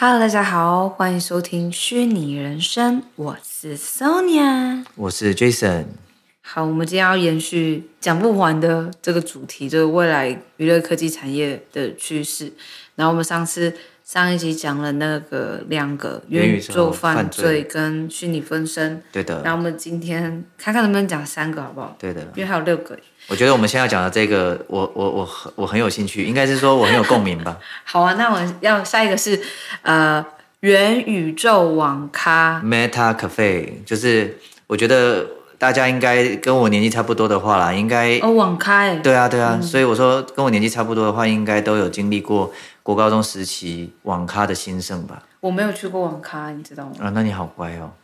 Hello，大家好，欢迎收听《虚拟人生》，我是 Sonia。我是 Jason。好，我们今天要延续讲不完的这个主题，就是未来娱乐科技产业的趋势。然后我们上次上一集讲了那个两个元宇宇宙宙犯犯罪罪跟虚拟分身，对然的，后我们今天看看能不能讲三个好不好？对的。因为还有六个。我觉得我们现在要讲的这个，我我我很我很有兴趣，应该是说我很有共鸣吧。好啊，那我要下一个是呃元宇宙网咖， Meta Cafe 就是我觉得大家应该跟我年纪差不多的话啦，应该哦网咖哎，对啊对啊。所以我说跟我年纪差不多的话，应该都有经历过国高中时期网咖的兴盛吧。我没有去过网咖，你知道吗？啊，那你好乖哦。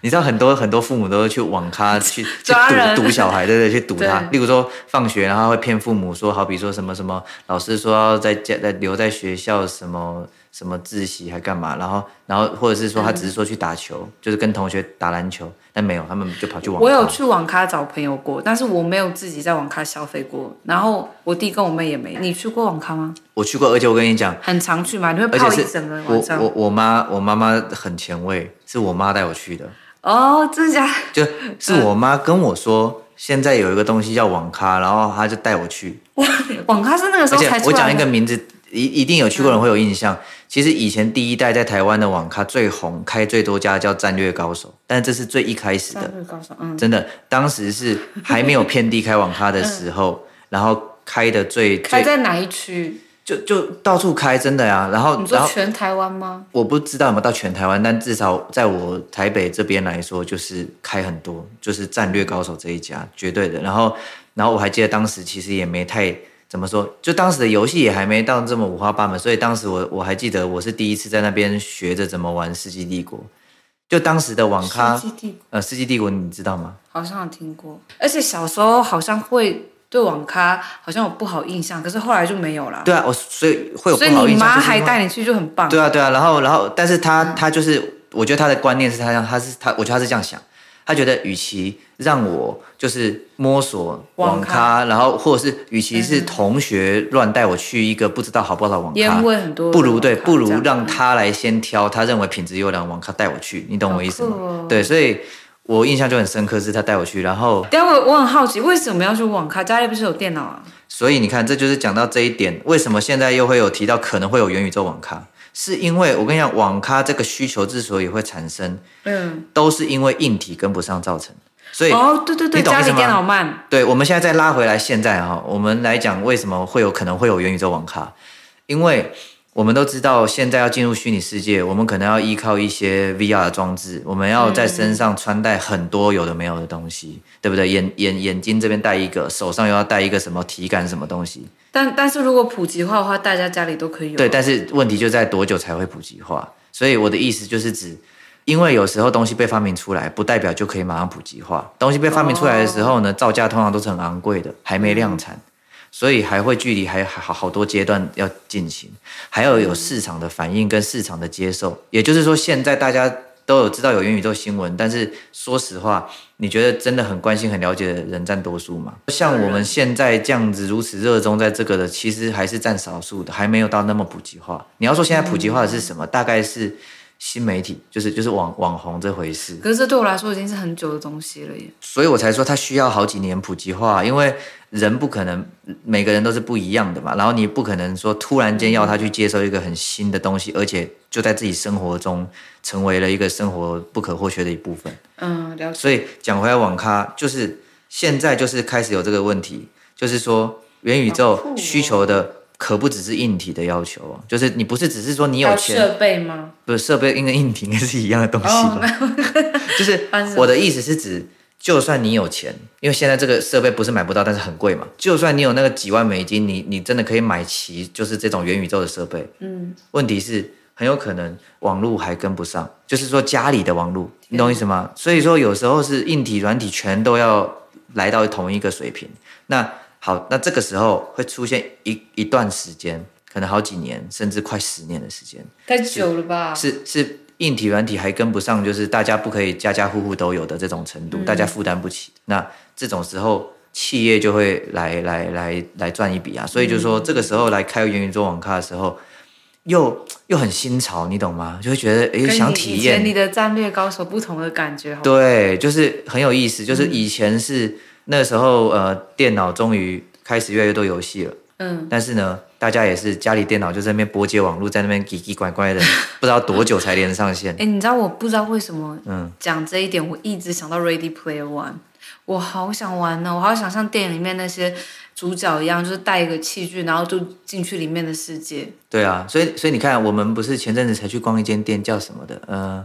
你知道很多很多父母都会去 网咖去去抓人赌赌小孩，对对，去赌他对。例如说放学，然后会骗父母说，好比说什么什么，老师说要在家在留在学校什么什么自习还干嘛，然后然后或者是说嗯他只是说去打球，就是跟同学打篮球，但没有，他们就跑去网咖。我有去网咖找朋友过，但是我没有自己在网咖消费过。然后我弟跟我妹也没。你去过网咖吗？我去过，而且我跟你讲，很常去吗？你会而泡且一是整个晚我上？我我妈我妈妈很前卫，是我妈带我去的。哦，真的假的？ 就是嗯我妈跟我说，现在有一个东西叫网咖，然后她就带我去，网咖是那个时而候且才出我来的讲一个名字，一一定有去过人会有印象。其实以前第一代在台湾的网咖最红、开最多家的叫战略高手，但这是最一开始战的，略高手，嗯，真的，当时是还没有遍地开网咖的时候，然后开的最嗯开最在哪一区？就就到处开，真的啊呀、然后你然说后全台湾吗？我不知道有没有到全台湾，但至少在我台北这边来说，就是开很多，就是战略高手这一家绝对的。然后，然后我还记得当时其实也没太怎么说，就当时的游戏也还没到这么五花八门，所以当时我我还记得我是第一次在那边学着怎么玩《世纪帝国》，就当时的网咖世，纪帝国呃，《世纪帝国》你知道吗？好像有听过，而且小时候好像会对网咖好像有不好印象，可是后来就没有了。对啊，我所以会有不所以好你印象，妈就是还会带你去就很棒。对啊，对啊，然后然后，但是他嗯他就是，我觉得他的观念是他让他是他，我觉得他是这样想，他觉得与其让我就是摸索网网咖咖，然后或者是与其是同学乱带我去一个不知道好不好的网烟咖，味很多的不网咖这样，如对，不如让他来先挑他认为品质优良的网咖带我去，你懂我意思吗？好酷哦对，所以我印象就很深刻，是他带我去，然后但我我很好奇，为什么要去网咖？家里不是有电脑啊？所以你看，这就是讲到这一点，为什么现在又会有提到可能会有元宇宙网咖，是因为我跟你讲，网咖这个需求之所以会产生。嗯，都是因为硬体跟不上造成。所以，哦，对对对，你懂家意思里吗电脑慢，对我们现在再拉回来，现在哈、我们来讲为什么会有可能会有元宇宙网咖，因为我们都知道现在要进入虚拟世界，我们可能要依靠一些 VR 的装置，我们要在身上穿戴很多有的没有的东西，对不对？眼眼眼睛这边戴一个，手上又要戴一个什么体感什么东西，但但是如果普及化的话，大家家里都可以有。对，但是问题就在多久才会普及化？所以我的意思就是指，因为有时候东西被发明出来，不代表就可以马上普及化。东西被发明出来的时候呢，造价通常都是很昂贵的，还没量产，所以还会距离还还好好多阶段要进行，还要有市场的反应跟市场的接受。也就是说，现在大家都有知道有元宇宙新闻，但是说实话，你觉得真的很关心、很了解的人占多数吗？像我们现在这样子如此热衷在这个的，其实还是占少数的，还没有到那么普及化。你要说现在普及化的是什么？大概是新媒体，就是就是网网红这回事。可是这对我来说已经是很久的东西了耶。所以我才说它需要好几年普及化，因为人不可能每个人都是不一样的嘛，然后你不可能说突然间要他去接受一个很新的东西，而且就在自己生活中成为了一个生活不可或缺的一部分。嗯，了解。所以讲回来，网咖就是现在就是开始有这个问题，就是说元宇好酷宙哦需求的可不只是硬体的要求哦，就是你不是只是说你你有钱设备吗？不是设备跟硬体应该是一样的东西哦 吧？就是我的意思是指，就算你有钱，因为现在这个设备不是买不到，但是很贵嘛。就算你有那个几万美金，你你真的可以买齐，就是这种元宇宙的设备。嗯，问题是很有可能网络还跟不上，就是说家里的网络，你懂我意思吗？所以说有时候是硬体、软体全都要来到同一个水平。那好，那这个时候会出现一一段时间，可能好几年，甚至快十年的时间。太久了吧？是是硬体软体还跟不上，就是大家不可以家家户户都有的这种程嗯度，大家负担不起。那这种时候，企业就嗯会来来来来赚一笔啊。所以就说这个时候来开元宇宙网咖的时候，又又很新潮，你懂吗？就会觉得诶跟想你体以前验你的战略高手不同的感觉，好吗，对，就是很有意思。嗯就是以前是、那时候，呃，电脑终于开始越来越多游戏了，嗯，但是呢，大家也是家里电脑就在那边拨接网络，在那边叽叽拐 拐的，不知道多久才连上线。哎，你知道我不知道为什么嗯，讲这一点，我一直想到 Ready Player One，我好想玩哦呢、我好想像电影里面那些主角一样，就是带一个器具，然后就进去里面的世界。对啊，所以所以你看，我们不是前阵子才去逛一间店，叫什么的？呃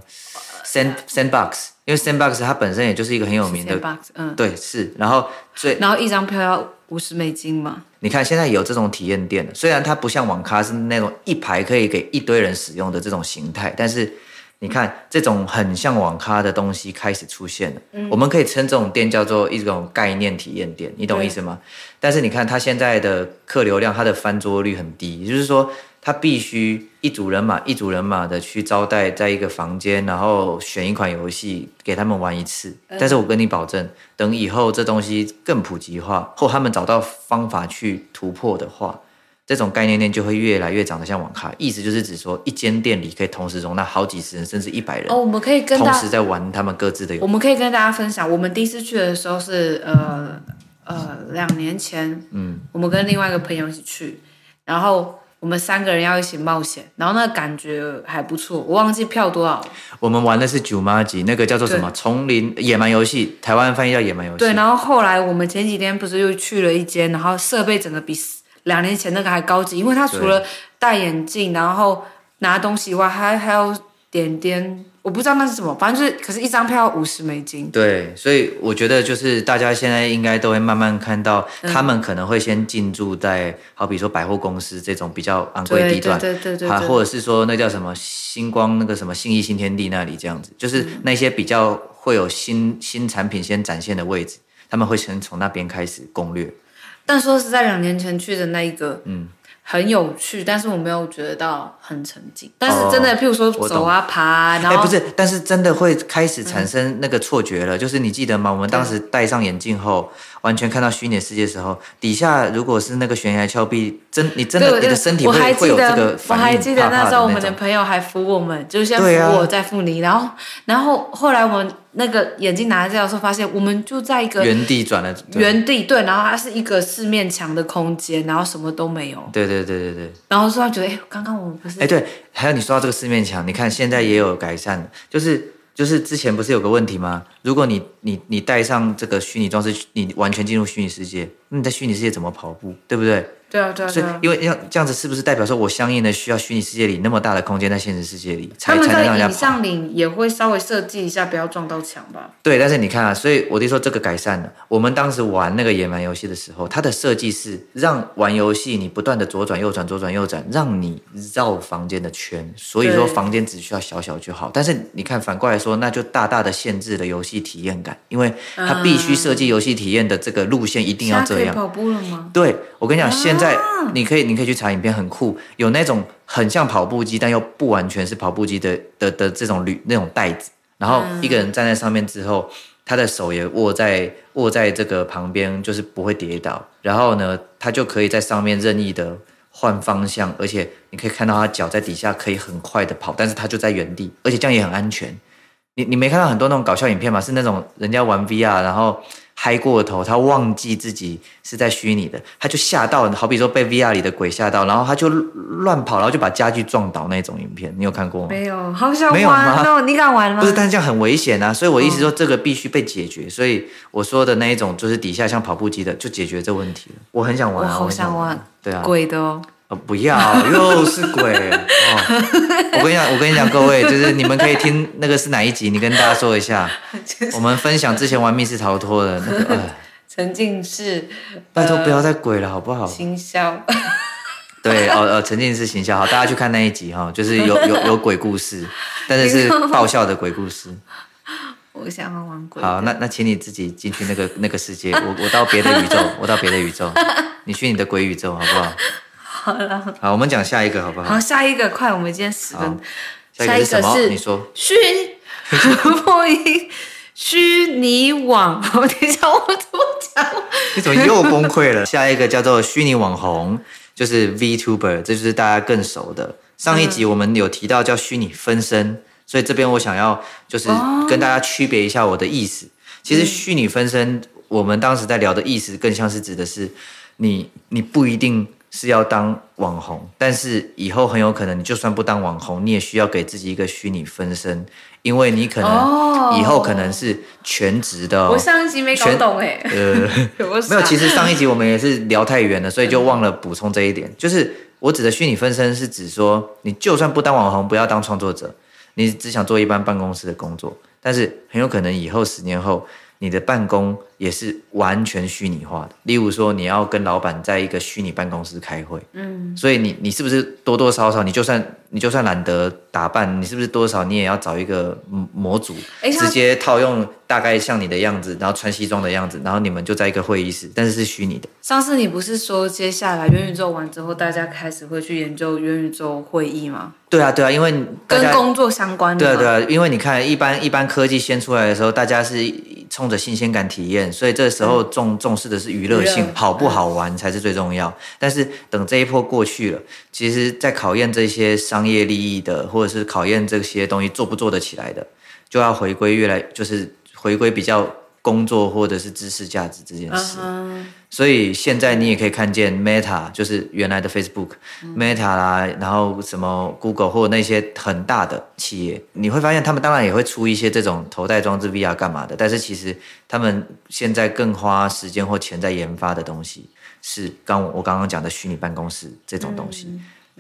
，Sand Sandbox，因为 Sandbox 它本身也就是一个很有名的， box，嗯，对，是。然后最然后一张票要五十美金嘛，你看，现在有这种体验店，虽然它不像网咖是那种一排可以给一堆人使用的这种形态，但是你看，这种很像网咖的东西开始出现了。我们可以称这种店叫做一种概念体验店，你懂对意思吗？但是你看，它现在的客流量，它的翻桌率很低，也就是说，它必须一组人马一组人马的去招待，在一个房间，然后选一款游戏给他们玩一次。嗯但是我跟你保证，等以后这东西更普及化，或他们找到方法去突破的话，这种概念店就会越来越长得像网咖。意思就是指说，一间店里可以同时容纳好几十人，甚至一百人。哦，我们可以跟同大时，在玩他们各自的游我们可以跟大家分享，我们第一次去的时候是呃呃两年前，嗯，我们跟另外一个朋友一起去，然后。我们三个人要一起冒险，然后那个感觉还不错。我忘记票多少了，我们玩的是九妈级，那个叫做什么丛林野蛮游戏，台湾翻译叫野蛮游戏。对，然后后来我们前几天不是又去了一间，然后设备整个比两年前那个还高级，因为它除了戴眼镜，然后拿东西以外，还还有点点，我不知道那是什么，反正就是，可是一张票五十美金。对，所以我觉得就是大家现在应该都会慢慢看到，他们可能会先进驻在好比说百货公司这种比较昂贵的对地对段，对对对啊，对，或者是说那叫什么星光那个什么信义新天地那里这样子，就是那些比较会有新新产品先展现的位置，他们会先从那边开始攻略。但说实在，两年前去的那一个，嗯。很有趣，但是我没有觉得到很沉浸。但是真的，譬如说哦我懂走啊、爬啊，然哎、后嗯不是，但是真的会开始产生那个错觉了。就是你记得吗？我们当时戴上眼镜后，完全看到虚拟世界的时候，底下如果是那个悬崖峭壁，真你真对，的我你就的身体我会还会记有这得个，我反应，还记得怕怕那时候我们那的种朋友还扶我们，就是先对啊扶我，再扶你，然后然后后来我们那个眼镜拿掉的时候，发现我们就在一个原地转了。对原地，对，然后它是一个四面墙的空间，然后什么都没有，对对对对对，然后突然觉得，哎，刚刚我们不是哎、对，还有你说到这个四面墙，你看现在也有改善了，就是就是之前不是有个问题吗？如果你你你戴上这个虚拟装置，你完全进入虚拟世界，那你在虚拟世界怎么跑步，对不对？对啊对啊所对以啊，，因为要这样子，是不是代表说我相应的需要虚拟世界里那么大的空间，在现实世界里才他们才能让在人影家跑？像里也会稍微设计一下，不要撞到墙吧。对，但是你看啊，所以我就说这个改善了。我们当时玩那个野蛮游戏的时候，它的设计是让玩游戏你不断的左转右转左转右转，让你绕房间的圈，所以说对房间只需要小小就好。但是你看反过来说，那就大大的限制了游戏体验感，因为它必嗯须设计游戏体验的这个路线一定现要在这可以样。跑步了吗？对，我跟你讲，现在你可以你可以去查影片，很酷，有那种很像跑步机，但又不完全是跑步机的的的这种铝那种袋子，然后一个人站在上面之后，他的手也握在握在这个旁边，就是不会跌倒，然后呢，他就可以在上面任意的。换方向，而且你可以看到他脚在底下可以很快的跑，但是他就在原地，而且这样也很安全。你你没看到很多那种搞笑影片吗？是那种人家玩 VR，然后嗨过头，他忘记自己是在虚拟的，他就吓到了，好比说被 VR 里的鬼吓到，然后他就乱跑，然后就把家具撞倒那种影片，你有看过吗？没有，好想没有玩吗哦！你敢玩吗？不是，但是这样很危险啊！所以我意思嗯说，这个必须被解决。所以我说的那一种，就是底下像跑步机的，就解决这问题了。我很想玩、啊，我好我很想玩玩。对啊，鬼的哦。呃，不要，又是鬼。哦、我跟你讲，我跟你讲，各位，就是你们可以听那个是哪一集，你跟大家说一 下。我们分享之前玩密室逃脱的那个，哎沉浸式呃拜托不要再鬼了，好 不好？行销，对，哦呃，沉浸式行销，好，大家去看那一集哈、就是有有有鬼故事，但是 是爆笑的鬼故事。我想要玩鬼。好，那那请你自己进去那个那个世界，我我到别的 宇宙，我到别的宇宙，你去你的鬼宇宙，好不好？好了，好，我们讲下一个，好不好？好，下一个快，我们今天十分。下一个是什么？下一个是你说，虚 破音虚拟网， 我等一下我怎么讲？你怎么又崩 溃了？下一个叫做虚拟网红，就是 VTuber，这就是大家更熟的。上一集嗯我们有提到叫虚拟分身，所以这边我想要就是哦跟大家区别一下我的意思。其嗯实虚拟分身，我们当时在聊的意思更像是指的是你，你不一定是要当网红，但是以后很有可能你就算不当网红，你也需要给自己一个虚拟分身，因为你可哦能以后可能是全职的、哦。我上一集没搞懂哎、 呃，我没有，其实上一集我们也是聊太远了，所以就忘了补充这一点。就是我指的虚拟分身，是指说你就算不当网红，不要当创作者，你只想做一般办公室的工作，但是很有可能以后十年后，你的办公也是完全虚拟化的。例如说，你要跟老板在一个虚拟办公室开会，嗯，所以你你是不是多多少少，你就算你就算懒得打扮，你是不是多少你也要找一个模模组，诶他直接套用大概像你的样子，然后穿西装的样子，然后你们就在一个会议室，但是是虚拟的。上次你不是说接下来元宇宙完之后，大家开始会去研究元宇宙会议吗？对啊，对啊，因为大跟家工作相关的对啊，吗？对啊，因为你看，一般一般科技先出来的时候，大家是冲着新鲜感体验，所以这时候重、重视的是娱乐嗯娱性乐，嗯好不好玩才是最重要。但是等这一波过去了，其实在考验这些商业利益的，或者是考验这些东西做不做得起来的，就要回归越来就是回归比较工作或者是知识价值这件嗯事。哼，所以现在你也可以看见 Meta，就是原来的 Facebook、Meta 啦，然后什么 Google 或那些很大的企业，你会发现他们当然也会出一些这种头戴装置 VR 干嘛的，但是其实他们现在更花时间或钱在研发的东西是刚我刚刚讲的虚拟办公室这种东西。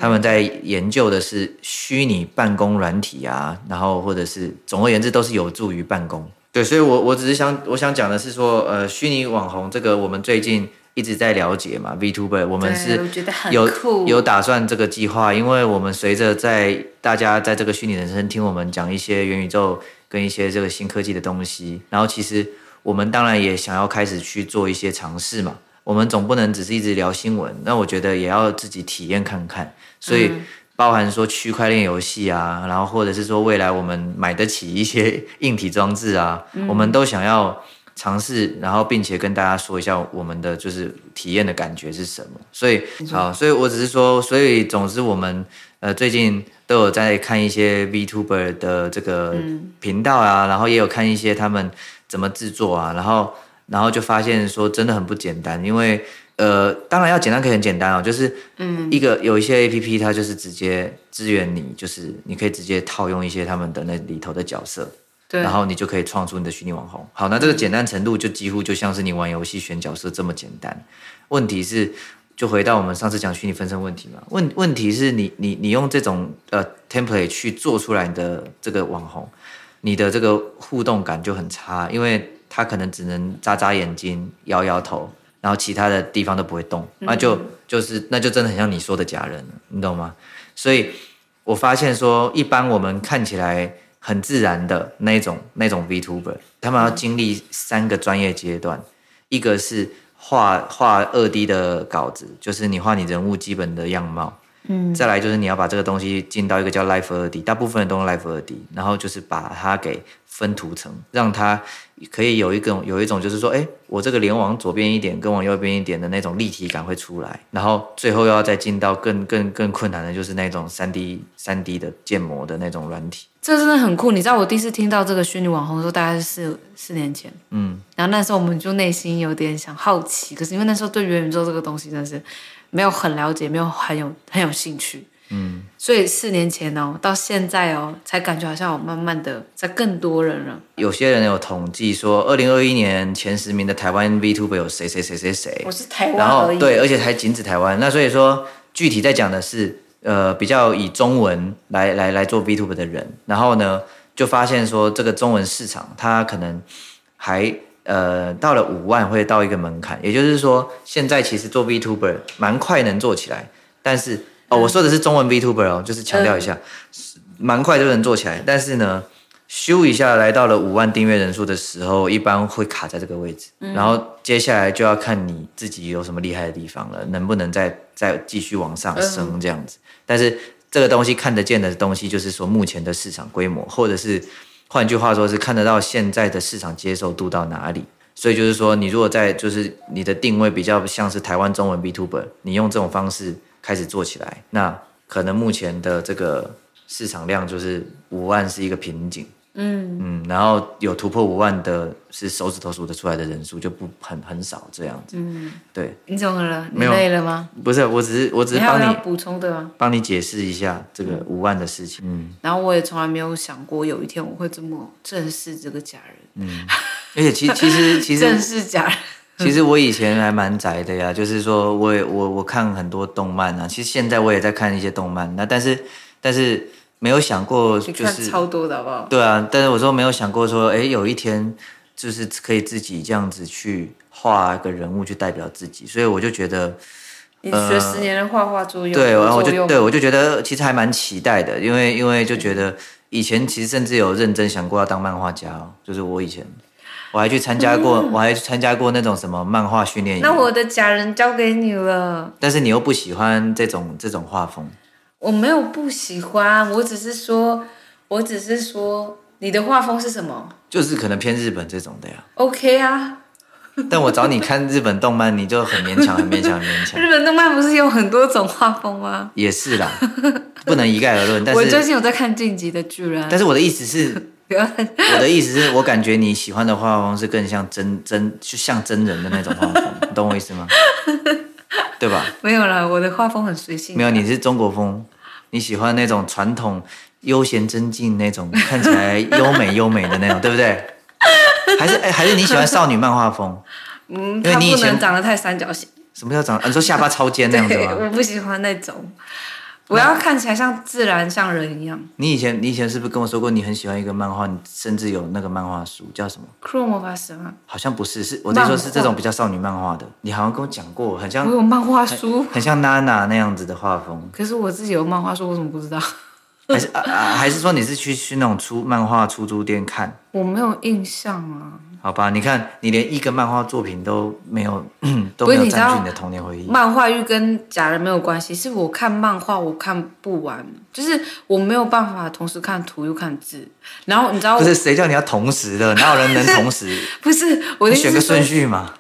他们在研究的是虚拟办公软体啊，然后或者是总而言之都是有助于办公。对，所以我我只是想我想讲的是说，呃，虚拟网红这个我们最近一直在了解嘛，Vtuber，我们对是我觉得很有酷有打算这个计划，因为我们随着在大家在这个虚拟人生听我们讲一些元宇宙跟一些这个新科技的东西，然后其实我们当然也想要开始去做一些尝试嘛。我们总不能只是一直聊新闻，那我觉得也要自己体验看看。所以包含说区块链游戏啊，然后或者是说未来我们买得起一些 硬体装置啊，我们都想要尝试，然后并且跟大家说一下我们的就是体验的感觉是什么。所以好，所以我只是说，所以总之我们呃最近都有在看一些 VTuber 的这个频道啊，然后也有看一些他们怎么制作啊，然后然后就发现说真的很不简单，因为呃，当然要简单可以很简单哦，就是嗯，一个有一些 A P P 它就是直接支援你，就是你可以直接套用一些他们的那里头的角色，对然后你就可以创出你的虚拟网红。好，那这个简单程度就几乎就像是你玩游戏选角色这么简单。问题是，就回到我们上次讲虚拟分身问题嘛？问问题是你你你用这种呃 template 去做出来你的这个网红，你的这个互动感就很差，因为他可能只能眨眨眼睛、摇摇头，然后其他的地方都不会动，那就就是那就真的很像你说的假人了，你懂吗？所以我发现说，一般我们看起来很自然的那一种那种 Vtuber，他们要经历三个专业阶段，一个是画画二 D 的稿子，就是你画你人物基本的样貌。嗯，再来就是你要把这个东西进到一个叫 Life 二 D，大部分人都用 Life 二 D，然后就是把它给分图层，让它可以有一种有一种就是说，哎，我这个脸往左边一点，跟往右边一点的那种立体感会出来，然后最后又要再进到更更更困难的，就是那种三 D 三 D 的建模的那种软体。这真的很酷。你知道我第一次听到这个虚拟网红的时候，大概是四四年前，嗯，然后那时候我们就内心有点想好奇，可是因为那时候对元宇宙这个东西真的是没有很了解，没有很有很有兴趣，嗯，所以四年前哦，到现在哦，才感觉好像有慢慢的在更多人了。有些人有统计说，二零二一年前十名的台湾 VTuber 有谁谁谁谁谁，我是台然湾后而已，对，而且还仅止台湾。那所以说，具体在讲的是，呃，比较以中文来来来做 VTube 的人，然后呢，就发现说这个中文市场它可能还呃到了五万会到一个门槛，也就是说，现在其实做 VTuber 蛮快能做起来，但是哦，我说的是中文 VTuber 哦，就是强调一下，嗯蛮快就能做起来，但是呢。咻一下来到了五万订阅人数的时候，一般会卡在这个位置，然后接下来就要看你自己有什么厉害的地方了，能不能再再继续往上升这样子。但是这个东西看得见的东西，就是说目前的市场规模，或者是换句话说是看得到现在的市场接受度到哪里。所以就是说，你如果在就是你的定位比较像是台湾中文 B Tuber，你用这种方式开始做起来，那可能目前的这个市场量就是五万是一个瓶颈。嗯嗯，然后有突破五万的是手指头数得出来的人数就不很很少这样子。嗯，对，你怎么了？你没有累了吗？不是，我只是我只你是还有帮要你补充的吗？帮你解释一下这个五万的事情。嗯，然后我也从来没有想过有一天我会这么正视这个假人，而且其其实其实正视假人。其实我以前还蛮宅的呀，就是说我也我我看很多动漫啊，其实现在我也在看一些动漫，那但是但是没有想过你就看是超多的好不好？对啊，但是我说没有想过说，哎，有一天就是可以自己这样子去画一个人物去代表自己，所以我就觉得你学十年的画画作用，对，有然后我作就用对我就觉得其实还蛮期待的，因为因为就觉嗯得以前其实甚至有认真想过要当漫画家、哦，就是我 以前我还去参加过，我还去参加过那种什么漫画训练营。嗯那我的假人交给你了，但是你又不喜欢这种这种画风，我没有不喜欢，我只是说，我只是说你的画风是什么就是可能偏日本这种的呀。 ？OK 啊，但我找你看日本动漫，你就很勉强，很勉强，很勉强。日本动漫不是有很多种画风吗？也是啦，不能一概而论。但 我最是，近有在看《晋级的巨人》，但是我的意思是，不要 我的意思是我感觉你喜欢的画风是更像真真，就像真人的那种画风，你懂我 意思吗？对吧？ 没有啦，我的画风很随性没。有，你是中国风，你喜欢那种传统悠闲真静那种，看起来优美优美的那种，对 不对？还是、哎还是你喜欢少女漫画风？嗯，因为它你以不前能长得太三角形，什么叫长？啊你 说下巴超尖那样子对，吗？我不喜欢那种。我要看起来像自然，像人一样。你以前你以前是不是跟我说过你很喜欢一个漫画，你甚至有那个漫画书叫什么？骷髅魔法使吗？好像不是，是我在说漫画是这种比较少女漫画的。你好像跟我讲过，很我像有漫画书，很像娜娜那样子的画风，可是我自己有漫画书，我怎么不知道？还是啊啊还是说你是去去那种出漫画出租店看？我没有印象啊。好吧，你看，你连一个漫画作品都没有， 都不没是有你知占道据你的童年回忆。漫画欲跟假人没有关系，是我看漫画我看不完，就是我没有办法同时看图又看字。然后你知道我不是谁叫你要同 时的？哪有人能同时？不是我的你意思选个是说顺序嘛。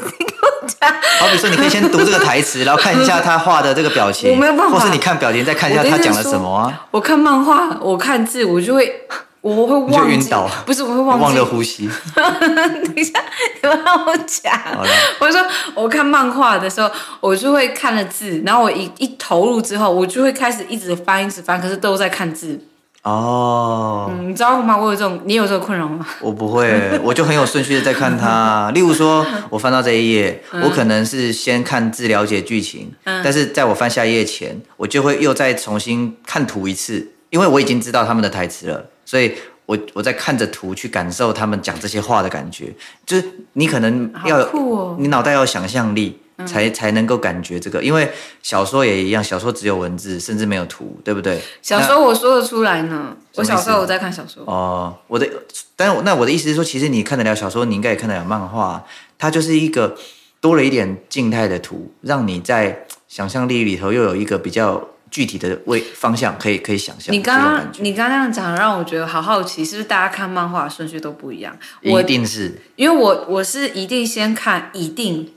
好比说，你可以先读这个台词，然后看一下他画的这个表情，我没有办法或是你看表情，再看一下他讲了什么啊？我看漫画，我看字，我就会我会你就忘记，晕倒，不是我会忘忘记。了呼吸。等一下， 你们让我讲好了。啊我说我看漫画的时候，我就会看了字，然后我一一投入之后，我就会开始一直翻，一直翻，可是都在看字。哦，嗯，你知道吗？我有这种，你有这个困扰吗？ 我不会，我就很有顺序的在 看它。例如说，嗯我翻到这一页，我可能是先看字了解剧情，嗯但是在我翻下一页前，我就会又再重新看图一次，因为我已经知道他们的台词了，所以我我在看着图去感受他们讲这些话的感觉。就是你可能要好酷哦嗯你脑袋要有想象力。才才能够感觉这个，因为小说也一样，小说只有文字，甚至没有图，对不对？小时候我说得出来呢，我什么意小思时候我在看小说，哦，我的，但我那我的意思是说，其实你看得了小说，你应该也看得了漫画，它就是一个多了一点静态的图，让你在想象力里头又有一个比较具体的位方向，可以可以想象。你刚这种刚感觉你刚刚那样讲，让我觉得好好奇，是不是大家看漫画的顺序都不一样？我一定是 因为我我是一定先看，一定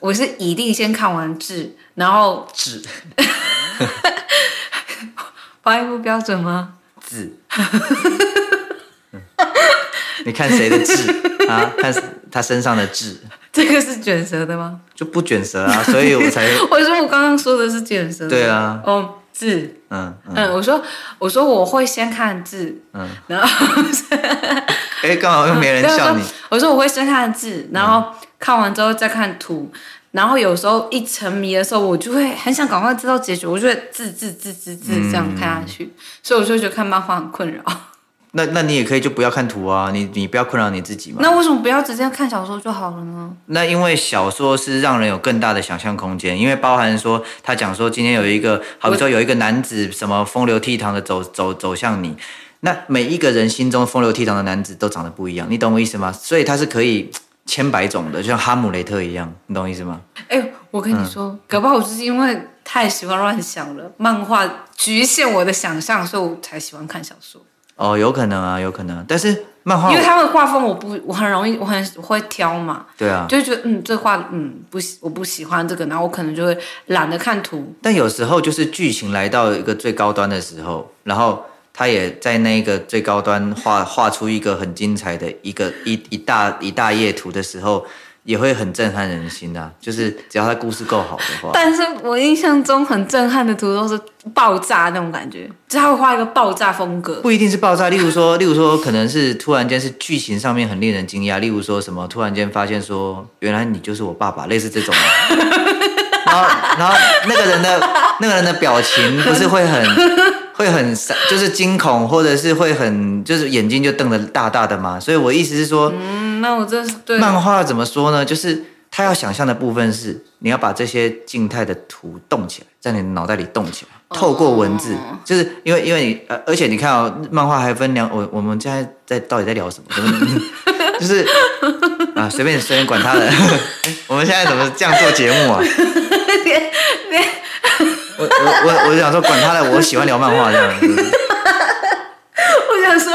我是一定先看完字，然后字发音不标准吗？ 字。你看谁的痣啊？看他身上的痣，这个是卷舌的吗？就不卷舌啊，所以我才我说我刚刚说的是卷舌的，对啊，哦字，嗯嗯，嗯，我说我说我会先看字，嗯，然后哎、刚好又没人对我笑说 你，嗯我说我会先看字，然后看完之后再看图，然后有时候一沉迷的时候，我就会很想赶快知道结局，我就会字字字字字这样看下去，嗯所以我就觉得看漫画很 困扰。那那你也可以就不要看图啊，你你不要困扰你自己嘛。那为什么不要直接看小说就好了呢？那因为小说是让人有更大的想象空间，因为包含说他讲说今天有一个，好比说有一个男子什么风流倜傥的走走走向你，那每一个人心中风流倜傥的男子都长得不一样，你懂我意思吗？所以他是可以千百种的，就像哈姆雷特一样，你懂我意思吗？哎、我跟你说，搞不好我就是因为太喜欢乱想了，漫画局限我的想象，所以我才喜欢看小说。哦，有可能啊，有可能。但是漫画因，为他们画风我不我很容易我很我会挑嘛，对啊，就会觉得嗯这画嗯不喜我不喜欢这个，然后我可能就会懒得看图，但有时候就是剧情来到一个最高端的时候，然后他也在那个最高端画画出一个很精彩的一个一一大一大页图的时候，也会很震撼人心的、啊。就是只要他故事够好的话，但是我印象中很震撼的图都是爆炸那种感觉，就是他会画一个爆炸风格，不一定是爆炸。例如说，例如说，可能是突然间是剧情上面很令人惊讶，例如说什么突然间发现说原来你就是我爸爸，类似这种的。然后，然后那个人的那个人的表情不是会很会很闪就是惊恐，或者是会很就是眼睛就瞪得大大的嘛。所以我意思是说，嗯，那我这是对 漫画怎么说呢？就是他要想象的部分是，你要把这些静态的图动起来，在你的脑袋里动起来，透过文字，就是因为因为你呃，而且你看哦，漫画还分两，我我们现在在到底在聊什么？怎么 就是啊，随便随便管他的。 我们现在怎么这样做节目啊？我我我我想说管他的，我喜欢聊漫画这样子。我想说，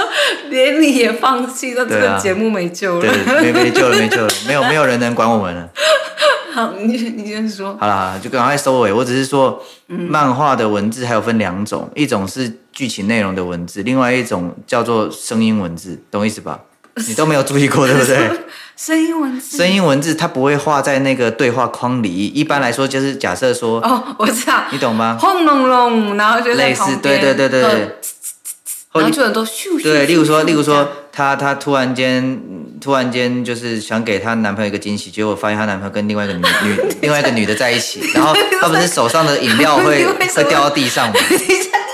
连你也放弃，那这对个啊节目没救了。对，没没救了，没救了，没有没有人能管我们了。 好，你你先说。好了，好啦就赶快收尾。我只是说，漫画的文字还有分两种，一种是剧情内容的文字，另外一种叫做声音文字，懂意思吧？你都没有注意过，对不对？ 声音文字声音文字它不会画在那个对话框里，一般来说就是假设说，哦，我知道，你懂吗？轰隆隆，然后就在类似旁，边对对对对对呃，或然后就很多咻咻咻。对，例如说，咻例如，这说样， 她她突然间，嗯突然间就是想给她男朋友一个惊喜，结果发现她男朋友跟另外 一个女女另外一个女的在一起，然后她不是手上的饮 料你会为什会么掉到地 上吗？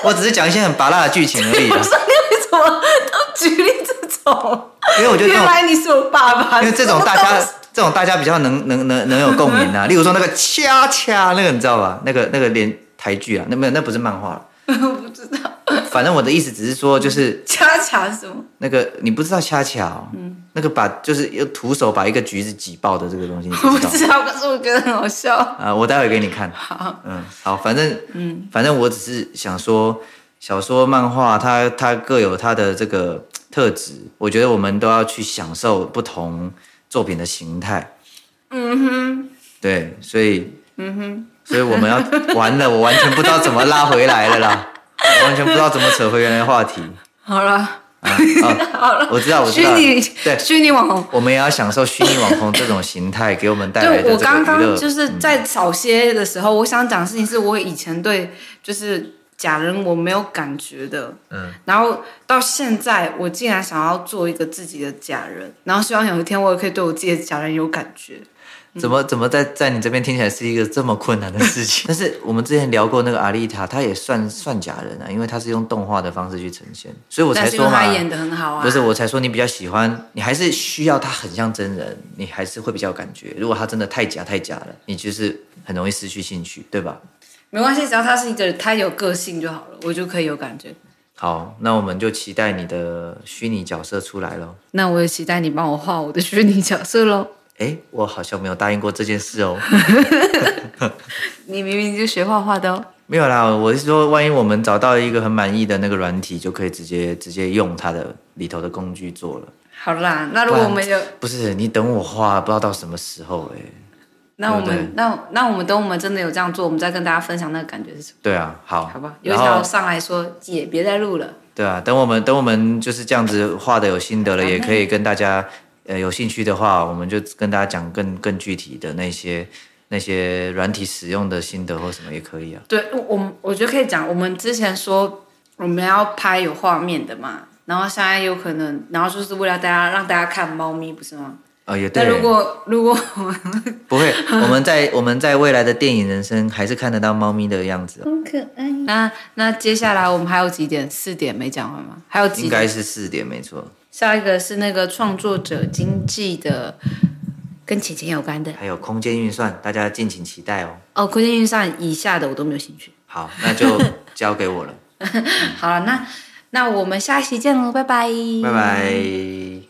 我只是讲一些很拔辣的剧情而已啊我，说你为什么都举例这种？因为我觉得这原种，来你是我爸爸。因为这种大家这种大家比较能能能能有共鸣 啊。例如说那个恰恰那个你知道吧？那个那个连台剧啊，那没有那不是漫画了。我不知道，反正我的意思只是说，就是 恰恰是什么？那个你不知道恰恰、哦，嗯那个把就是用徒手把一个橘子挤爆的这个东西，你我不不知道。知道，可是我觉得很好笑。啊、我待会给你看。好，嗯，好，反正，嗯，反正我只是想说，小说、漫画，它它各有它的这个特质，我觉得我们都要去享受不同作品的形态。嗯哼，对，所以，嗯哼，所以我们要完了，我完全不知道怎么拉回来了啦，我完全不知道怎么扯回原来的话题。好了，啊， 哦我知道，我知虚道，拟对，虚拟网红。我们也要享受虚拟网红这种形态给我们带来对，的这我个刚娱乐嗯刚就是在早些的时候，我想讲的事情是我以前对就是假人我没有感觉的，嗯，然后到现在我竟然想要做一个自己的假人，然后希望有一天我也可以对我自己的假人有感觉。怎么怎么在在你这边听起来是一个这么困难的 事情？但是我们之前聊过那个阿丽塔，她也算算假人啊，因为她是用动画的方式去呈现，所以我但才是因说为嘛他，演的很好啊，不是我才说你比较喜欢，你还是需要她很像真人，你还是会比较有感觉。如果她真的太假太假了，你就是很容易失去兴趣，对吧？没关系，只要他是一个他有个性就好了，我就可以有感觉。好，那我们就期待你的虚拟角色出来喽。那我也期待你帮我画我的虚拟角色喽。哎，我好像没有答应过这件事哦。你明明就学画画的哦。没有啦，我是说，万一我们找到一个很满意的那个软体，就可以直接直接用它的里头的工具做了。好啦，那如果我们有，不是你等我画，不知道到什么时候哎、那我对不们对那那我们等我们真的有这样做，我们再跟大家分享那个感觉是什么。对啊，好，好吧，有一然条后上来说姐别再录了，对啊，等我们等我们就是这样子画的有心得了，好也可以跟大家，呃，有兴趣的话，我们就跟大家讲更更具体的那些那些软体使用的心得或什么也可以啊。对我我我觉得可以讲，我们之前说我们要拍有画面的嘛，然后现在有可能，然后就是为了大家让大家看猫咪，不是吗？啊、也对欸但，如果如果不 会，我们在我们在未来的电影人生还是看得到猫咪的样子哦，很可爱，那那接下来我们还有几点？四点没讲完吗？还有几应点？该是四点没错。下一个是那个创作者经济的，跟钱钱有关的还有空间运算，大家敬请期待哦。哦，国际运算以下的我都没有兴趣。好，那就交给我了，嗯好了，那那我们下一期见喽，拜拜，拜拜。